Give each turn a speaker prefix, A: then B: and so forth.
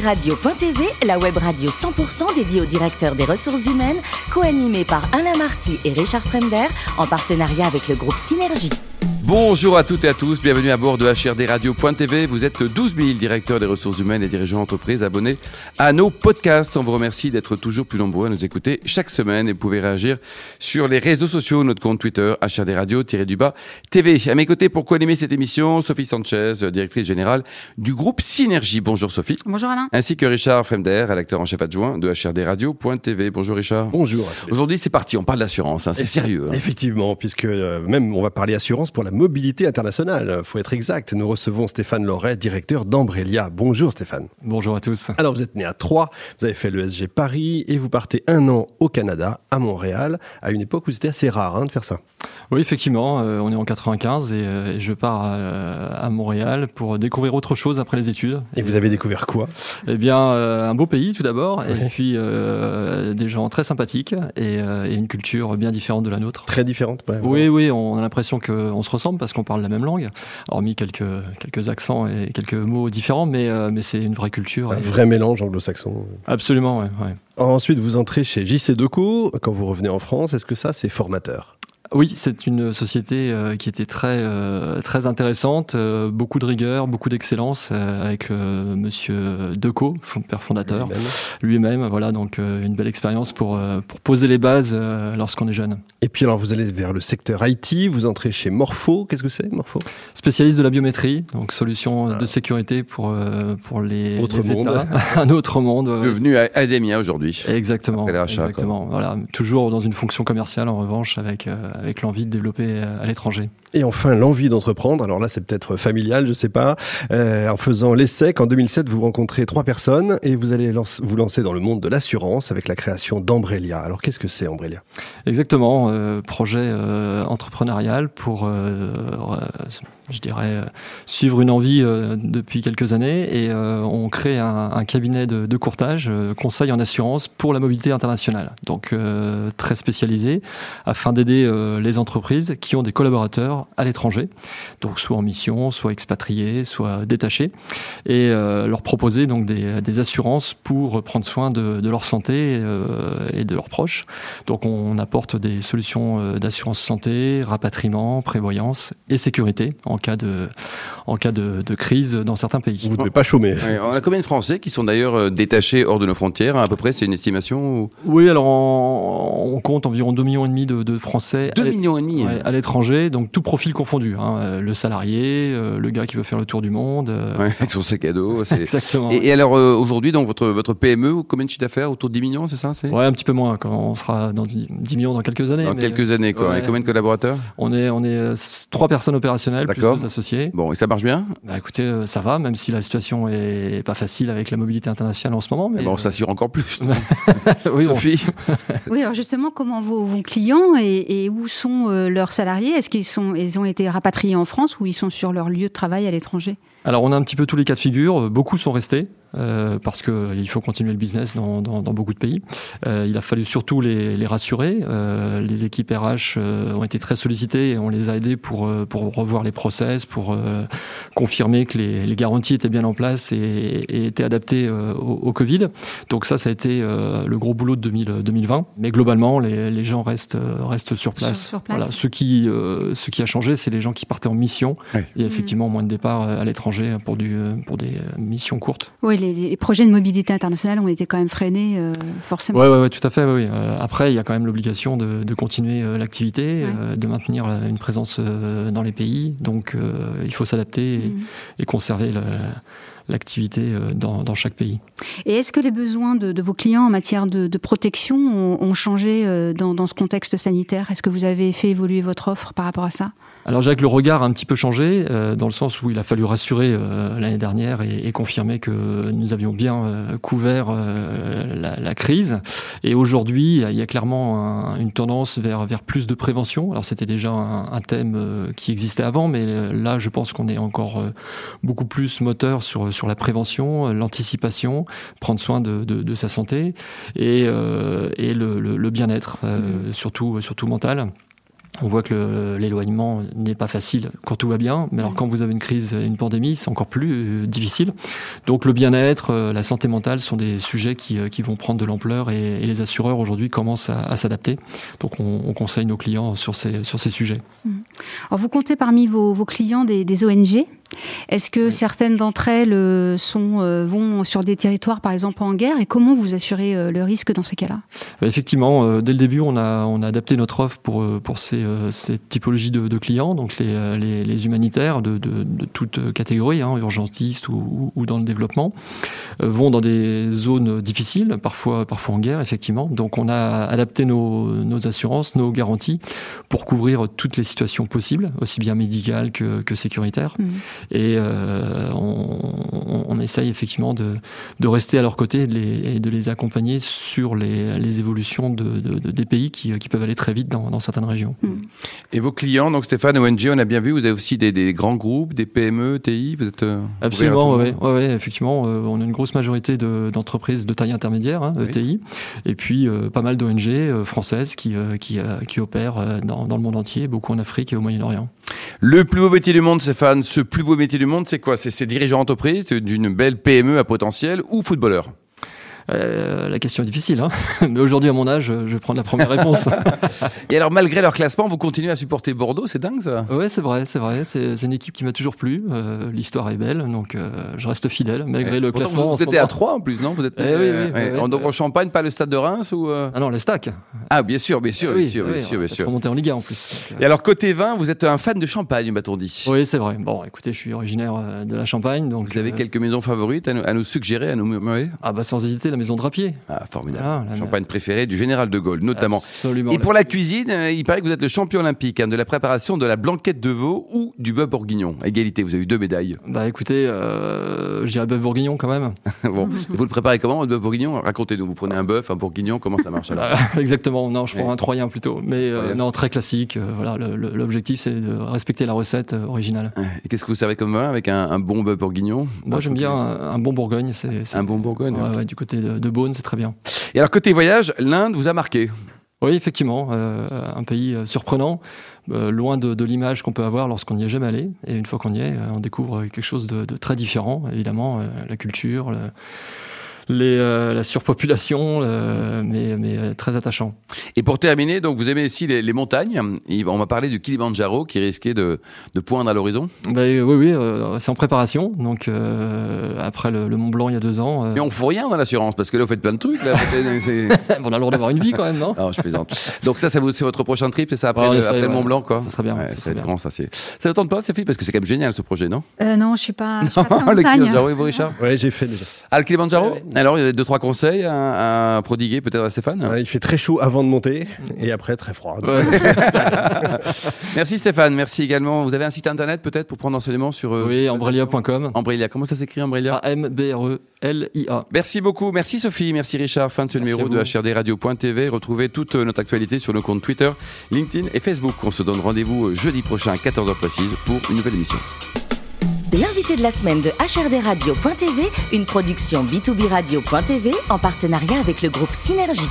A: HRDRadio.tv, la web radio 100% dédiée au directeur des ressources humaines, co-animée par Alain Marty et Richard Fremder, en partenariat avec le groupe Synergie.
B: Bonjour à toutes et à tous, bienvenue à bord de HRDRadio.tv. Vous êtes 12 000 directeurs des ressources humaines et dirigeants d'entreprise abonnés à nos podcasts. On vous remercie d'être toujours plus nombreux à nous écouter chaque semaine et vous pouvez réagir sur les réseaux sociaux, notre compte Twitter, HRDRadio-du-bas TV. À mes côtés, pour co-animer cette émission, Sophie Sanchez, directrice générale du groupe Synergie. Bonjour Sophie.
C: Bonjour Alain.
B: Ainsi que Richard Fremder, rédacteur en chef adjoint de HRDRadio.tv. Bonjour Richard.
D: Bonjour.
B: Aujourd'hui, c'est parti, on parle d'assurance, hein, c'est sérieux. hein.
D: Effectivement, puisque euh, même on va parler assurance pour la mobilité internationale. Euh, Faut être exact. Nous recevons Stéphane Loret, directeur d'Ambrelia. Bonjour Stéphane.
E: Bonjour à tous.
D: Alors vous êtes né à Troyes, vous avez fait le SG Paris et vous partez un an au Canada, à Montréal, à une époque où c'était assez rare hein, de faire ça.
E: Oui, effectivement, euh, on est en 95 et, euh, et je pars euh, à Montréal pour découvrir autre chose après les études.
D: Et vous avez découvert quoi
E: Eh bien, euh, un beau pays tout d'abord,
D: Oui.
E: et puis euh, des gens très sympathiques et, euh, et une culture bien différente de la nôtre.
D: Très différente. ouais,
E: Oui, oui, on a l'impression qu'on se ressemble parce qu'on parle la même langue, hormis quelques, quelques accents et quelques mots différents, mais, euh, mais c'est une vraie culture.
D: vraiment. Un
E: et-
D: vrai mélange anglo-saxon.
E: Absolument, ouais, ouais.
D: Ensuite, vous entrez chez JC Deco. Quand vous revenez en France, est-ce que ça, c'est formateur
E: Oui, c'est une société euh, qui était très euh, très intéressante, euh, beaucoup de rigueur, beaucoup d'excellence euh, avec euh, Monsieur Decaux, fond- père fondateur,
D: Lui-même.
E: lui-même. voilà, donc euh, une belle expérience pour euh, pour poser les bases euh, lorsqu'on est jeune.
D: Et puis alors, vous allez vers le secteur IT, vous entrez chez Morpho. Qu'est-ce que c'est, Morpho
E: Spécialiste de la biométrie, donc solution
D: Ah.
E: de sécurité pour euh, pour les,
D: Autre
E: les
D: monde.
E: États. un autre monde. ouais.
B: Devenu à Ademia aujourd'hui.
E: Exactement.
B: Après les rachats, quoi.
E: exactement. Voilà, toujours dans une fonction commerciale en revanche, avec euh, avec l'envie de développer euh, à l'étranger.
D: Et enfin, l'envie d'entreprendre. Alors là, c'est peut-être familial, je sais pas. Euh, en faisant l'ESSEC, en 2007, vous rencontrez trois personnes et vous allez lance- vous lancer dans le monde de l'assurance avec la création d'Ambrelia. Alors qu'est-ce que c'est Ambrelia
E: Exactement, euh, projet euh, entrepreneurial pour, euh, euh, je dirais, euh, suivre une envie euh, depuis quelques années et euh, on crée un, un cabinet de, de courtage, euh, conseil en assurance pour la mobilité internationale, donc euh, très spécialisé, afin d'aider euh, les entreprises qui ont des collaborateurs à l'étranger, donc soit en mission, soit expatriés, soit détachés, et euh, leur proposer donc des, des assurances pour prendre soin de, de leur santé euh, et de leurs proches. Donc on apporte des solutions euh, d'assurance santé, rapatriement, prévoyance et sécurité en cas de, en cas de, de crise dans certains pays.
D: Vous ne devez pas chômer.
B: Ouais, on a combien de Français qui sont d'ailleurs euh, détachés hors de nos frontières hein, À peu près, c'est une estimation ou...
E: Oui, alors on, on compte environ 2,5 millions et demi de, de Français.
B: 2
E: à l'é-
B: millions et demi. hein.
E: ouais, à l'étranger, donc tout profil confondu, hein, euh, le salarié, euh, le gars qui veut faire le tour du monde. euh,
B: Ouais, avec son sac à dos. c'est-
E: Exactement.
B: Et, et alors, euh, aujourd'hui, dans votre, votre PME, combien de chiffre d'affaires Autour de 10 millions, c'est ça c'est
E: Ouais, un petit peu moins, quand on sera dans 10 10 millions dans quelques années.
B: Dans
E: mais euh,
B: quelques années, quoi.
E: ouais.
B: Et combien de collaborateurs
E: On est, on est euh, s- trois personnes opérationnelles, plus
B: D'accord.
E: deux associés.
B: Bon, et ça marche bien
E: Bah écoutez, euh, ça va, même si la situation est pas facile avec la mobilité internationale en ce moment. Mais
B: Bon,
E: euh,
B: ça s'y rend encore plus.
E: oui, bon.
B: Sophie
C: Oui, alors justement, comment vont vos clients et, et où sont euh, leurs salariés Est-ce qu'ils sont, ils ont été rapatriés en France ou ils sont sur leur lieu de travail à l'étranger
E: Alors on a un petit peu tous les cas de figure. Beaucoup sont restés euh, parce que il faut continuer le business dans, dans- dans beaucoup de pays. Euh, il a fallu surtout les, les rassurer. Euh, les équipes RH euh, ont été très sollicitées et on les a aidés pour, euh, pour revoir les process, pour euh, confirmer que les, les garanties étaient bien en place et, et étaient adaptées euh, au, au Covid. Donc ça, ça a été euh, le gros boulot de 2000 2020. Mais globalement, les, les gens restent, euh, restent
C: Sur-
E: sur place.
C: sur place.
E: Voilà. Ce, qui, euh, ce qui a changé, c'est les gens qui partaient en mission
B: Ouais.
E: et effectivement moins de départs euh, à l'étranger pour, du, euh, pour des euh, missions courtes.
C: Oui, les, les projets de mobilité internationale ont été quand même freinés, euh, forcément.
E: Oui, ouais, ouais, tout à fait. ouais, ouais. Euh, Après, il y a quand même l'obligation de, de continuer euh, l'activité,
C: Ouais.
E: euh, de maintenir euh, une présence euh, dans les pays. Donc, euh, il faut s'adapter et,
C: Mhm.
E: et conserver le- l'activité euh, dans, dans chaque pays.
C: Et est-ce que les besoins de, de vos clients en matière de, de protection ont, ont changé euh, dans, dans ce contexte sanitaire Est-ce que vous avez fait évoluer votre offre par rapport à ça
E: Alors Jacques, le regard a un petit peu changé, euh, dans le sens où il a fallu rassurer euh, l'année dernière et, et confirmer que nous avions bien euh, couvert euh, la, la crise. Et aujourd'hui, il y a clairement un- une tendance vers, vers plus de prévention. Alors c'était déjà un, un thème euh, qui existait avant, mais euh, là, je pense qu'on est encore euh, beaucoup plus moteur sur, sur la prévention, euh, l'anticipation, prendre soin de, de- de sa santé et, euh, et le, le- le bien-être, euh, surtout, surtout mental. on voit que le- l'éloignement n'est pas facile quand tout va bien, mais alors quand vous avez une crise et une pandémie, c'est encore plus euh, difficile. Donc le bien-être, euh, la santé mentale sont des sujets qui, euh, qui vont prendre de l'ampleur et, et les assureurs aujourd'hui commencent à, à s'adapter. Donc on, on conseille nos clients sur ces, sur ces sujets.
C: Alors, vous comptez parmi vos, vos clients des, des ONG. Est-ce que certaines d'entre elles euh, sont, euh, vont sur des territoires, par exemple, en guerre Et comment vous assurez euh, le risque dans ces cas-là
E: Euh, Effectivement, euh, dès le début, on a, on a adapté notre offre pour, euh, pour ces, euh, cette typologie de, de clients, donc les, euh, les, les humanitaires de, de, de toute catégorie, hein, urgentistes ou, ou- ou dans le développement, euh, vont dans des zones difficiles, parfois, parfois en guerre, effectivement. Donc on a adapté nos, nos assurances, nos garanties pour couvrir toutes les situations possibles, aussi bien médicales que, que sécuritaires.
C: Mhm.
E: Et euh, on, on- on essaye effectivement de, de rester à leur côté et de les, et de les accompagner sur les, les évolutions de, de- de- des pays qui, qui peuvent aller très vite dans, dans certaines régions.
B: Et vos clients, donc Stéphane, ONG, on a bien vu, vous avez aussi des, des grands groupes, des PME, TI, vous êtes. euh, ouvert à
E: Absolument,
B: tout le
E: ouais,
B: monde
E: ouais, ouais, effectivement, euh, on a une grosse majorité de- d'entreprises de, taille intermédiaire, hein,
B: Oui.
E: ETI, et puis euh, pas mal d'ONG euh, françaises qui, euh, qui, euh, qui opèrent euh, dans, dans le monde entier, beaucoup en Afrique et au Moyen-Orient.
B: Le plus beau métier du monde, Stéphane, ce plus beau métier du monde, c'est quoi C'est c'est dirigeant d'entreprise, c'est d'une belle PME à potentiel ou footballeur
E: Euh, la question est difficile, hein, mais aujourd'hui à mon âge, je vais prendre la première réponse.
B: Et alors, malgré leur classement, vous continuez à supporter Bordeaux, c'est dingue ça
E: Ouais, c'est vrai, c'est vrai. C'est c'est une équipe qui m'a toujours plu. Euh, L'histoire est belle, donc euh, je reste fidèle malgré
B: Ouais.
E: le
B: Pourtant,
E: classement. en
B: Vous,
E: ce
B: vous étiez à
E: moment.
B: 3 en plus, non vous êtes,
E: Eh oui, oui, oui, oui,
B: en-
E: oui.
B: Donc en Champagne, pas le stade de Reims ou euh
E: Ah non, les stacks.
B: Ah, bien sûr, bien sûr,
E: Oui,
B: bien sûr,
E: oui,
B: bien sûr,
E: on va
B: bien
E: peut-être
B: sûr.
E: remonter en Liga en plus. Donc,
B: Et alors, côté vin, vous êtes un fan de champagne, m'a-t-on dit
E: euh, Oui, c'est vrai. Bon, écoutez, je suis originaire euh, de la Champagne, donc
B: Vous avez
E: euh,
B: quelques maisons favorites à nous, à nous suggérer, à nous murmurer
E: ah bah sans hésiter la maison de Drapier.
B: Ah, formidable.
E: Ah, la-
B: champagne préférée du général de Gaulle, notamment.
E: Absolument.
B: Et pour la cuisine, euh, il paraît que vous êtes le champion olympique hein, de la préparation de la blanquette de veau ou du bœuf bourguignon. À Égalité, vous avez eu deux médailles.
E: Bah écoutez, euh, j'irai bœuf bourguignon quand même.
B: bon, Et vous le préparez comment, votre bœuf bourguignon Racontez-nous, vous prenez un bœuf, un bourguignon, comment ça marche alors
E: Voilà, Exactement, non, je prends
B: Ouais.
E: un Troyen plutôt. Mais euh,
B: Troyen.
E: non, très classique. euh, voilà, le- le- l'objectif c'est de respecter la recette euh, originale.
B: Et qu'est-ce que vous servez comme vin avec un, un bon bœuf bourguignon
E: Moi j'aime bien un, un bon Bourgogne. c'est c'est-
B: Un bon bourgogne.
E: Ouais, ouais, du côté de, de Beaune, c'est très bien.
B: Et alors, côté voyage, l'Inde vous a marqué
E: Oui, effectivement, euh, un pays euh, surprenant, euh, loin de, de l'image qu'on peut avoir lorsqu'on n'y est jamais allé. Et une fois qu'on y est, euh, on découvre quelque chose de, de très différent, évidemment, euh, la culture, le- les, euh, la surpopulation, euh, mais, mais euh, très attachant.
B: Et pour terminer, donc vous aimez ici les, les montagnes. Et on m'a parlé du Kilimanjaro qui risquait de, de poindre à l'horizon.
E: Ben, euh, oui, oui, euh, c'est en préparation. Donc euh, après le, le Mont Blanc il y a deux ans, euh,
B: Mais on fout rien dans l'assurance parce que là vous faites plein de trucs. Là. C'est-
E: on a le droit d'avoir une vie quand même, non
B: non, je plaisante. Donc ça, ça vous, c'est votre prochain trip, c'est ça après,
E: Ouais, on
B: le,
E: essaye,
B: après le
E: ouais.
B: Mont Blanc, quoi.
E: Ça serait bien,
B: Ouais,
E: ça
B: ça
E: serait
B: va être
E: bien.
B: grand, ça. C'est. Ça ne tente pas, Sophie, parce que c'est quand même génial ce projet, non
C: Euh, Non, je suis pas, je suis pas très
B: Le
C: montagne.
B: Kilimanjaro, et vous, Richard
D: Ouais, j'ai fait déjà.
B: Ah, le Kilimanjaro
D: Ouais.
B: Alors, il y a deux trois conseils à, à prodiguer peut-être à Stéphane.
D: Ouais, Hein, il fait très chaud avant de monter et après très froid.
B: Ah,
E: Ouais.
B: Merci Stéphane, merci également. Vous avez un site internet peut-être pour prendre enseignement sur euh,
E: Oui, ambrelia.com.
B: Ambrelia. Comment ça s'écrit Ambrelia
E: Ah. E A-M-B-R-E-L-I-A.
B: Merci beaucoup, merci Sophie, merci Richard. Fin de ce
E: Merci
B: numéro
E: à vous.
B: de HRDRadio.tv. Retrouvez toute euh, notre actualité sur nos comptes Twitter, LinkedIn et Facebook. On se donne rendez-vous euh, jeudi prochain à 14h précise pour une nouvelle émission.
A: L'invité de la semaine de HRDRadio.tv, une production B2B Radio.tv en partenariat avec le groupe Synergie.